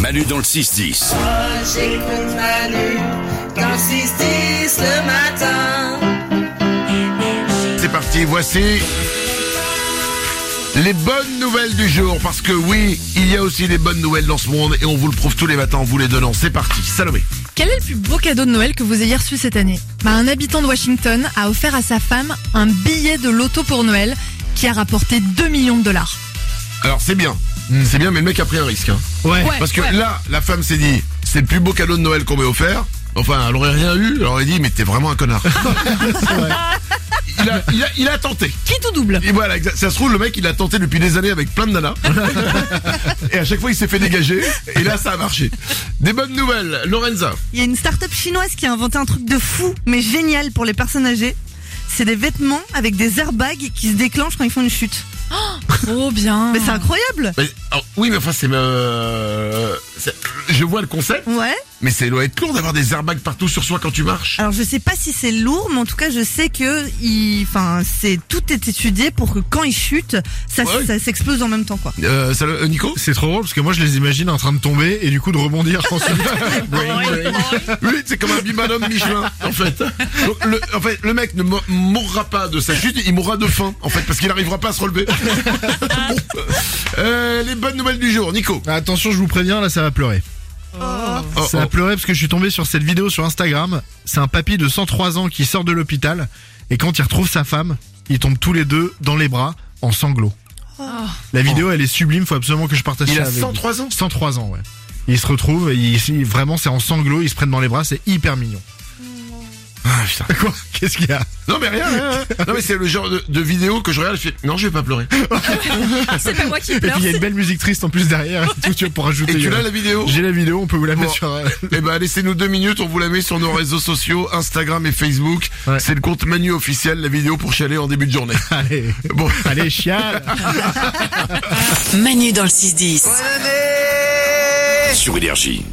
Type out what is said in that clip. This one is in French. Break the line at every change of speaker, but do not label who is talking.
Manu dans le 6-10.
Oh, j'écoute Manu dans le 6-10 le matin.
C'est parti, voici les bonnes nouvelles du jour. Parce que oui, il y a aussi des bonnes nouvelles dans ce monde et on vous le prouve tous les matins en vous les donnant. C'est parti, Salomé.
Quel est le plus beau cadeau de Noël que vous ayez reçu cette année Bah, Un habitant de Washington a offert à sa femme un billet de loto pour Noël qui a rapporté 2 millions de dollars.
Alors c'est bien, c'est bien, mais le mec a pris un risque. hein.
Ouais.
Hmm. Ouais,
Parce que
ouais.
là, la femme s'est dit, c'est le plus beau cadeau de Noël qu'on m'ait offert. Enfin, elle aurait rien eu, elle aurait dit, mais t'es vraiment un connard. il, a, il, a, il a tenté.
Qui tout double
Et voilà, exact. ça se trouve, le mec, il a tenté depuis des années avec plein de nanas. et à chaque fois, il s'est fait dégager. Et là, ça a marché. Des bonnes nouvelles, Lorenza.
Il y a une start-up chinoise qui a inventé un truc de fou, mais génial pour les personnes âgées. C'est des vêtements avec des airbags qui se déclenchent quand ils font une chute.
Trop bien
Mais c'est incroyable
Mais, alors, oui, mais enfin, c'est... euh, c'est- je vois le concept,
Ouais.
mais c'est doit être lourd d'avoir des airbags partout sur soi quand tu marches.
Alors je sais pas si c'est lourd, mais en tout cas je sais que il, enfin c'est tout est étudié pour que quand ils chutent, ça, s-
Ouais.
ça s'explose en même temps quoi.
Euh, salut, euh, Nico
C'est trop drôle parce que moi je les imagine en train de tomber et du coup de rebondir, je pense.
Oui, c'est comme un bimanum Michelin, en fait. Donc, le, en fait, le mec ne mo- mourra pas de sa chute, il mourra de faim, en fait, parce qu'il n'arrivera pas à se relever. Euh, les bonnes nouvelles du jour, Nico.
Ah, Attention, je vous préviens, là ça va pleurer.
Oh,
Ça
oh.
a pleuré parce que je suis tombé sur cette vidéo sur Instagram. C'est un papy de 103 ans qui sort de l'hôpital et quand il retrouve sa femme, ils tombent tous les deux dans les bras en sanglots. La vidéo elle est sublime, faut absolument que je partage
Oh. Il
ça
a
avec vous.
103 ans
103 ans, ouais. Ils se retrouvent, et ils- vraiment c'est en sanglots, ils se prennent dans les bras, c'est hyper mignon.
Ah, putain.
Quoi Qu'est-ce qu'il y a
Non mais rien, rien, rien. Non mais c'est le genre de, de vidéo que je regarde, je fais non je vais pas pleurer.
C'est pas moi qui
Et puis
pleure,
il y a une belle musique triste en plus derrière et tout, tu vois, pour
Et
rajouter.
tu
euh,
l'as la vidéo
J'ai la vidéo, on peut vous la mettre
Bon.
sur. euh,
Eh ben laissez-nous deux minutes, on vous la met sur nos réseaux sociaux, Instagram et Facebook.
Ouais.
C'est le compte Manu officiel, la vidéo pour chialer en début de journée.
Allez,
Bon.
allez, chial
Manu dans le 6-10.
Sur Énergie.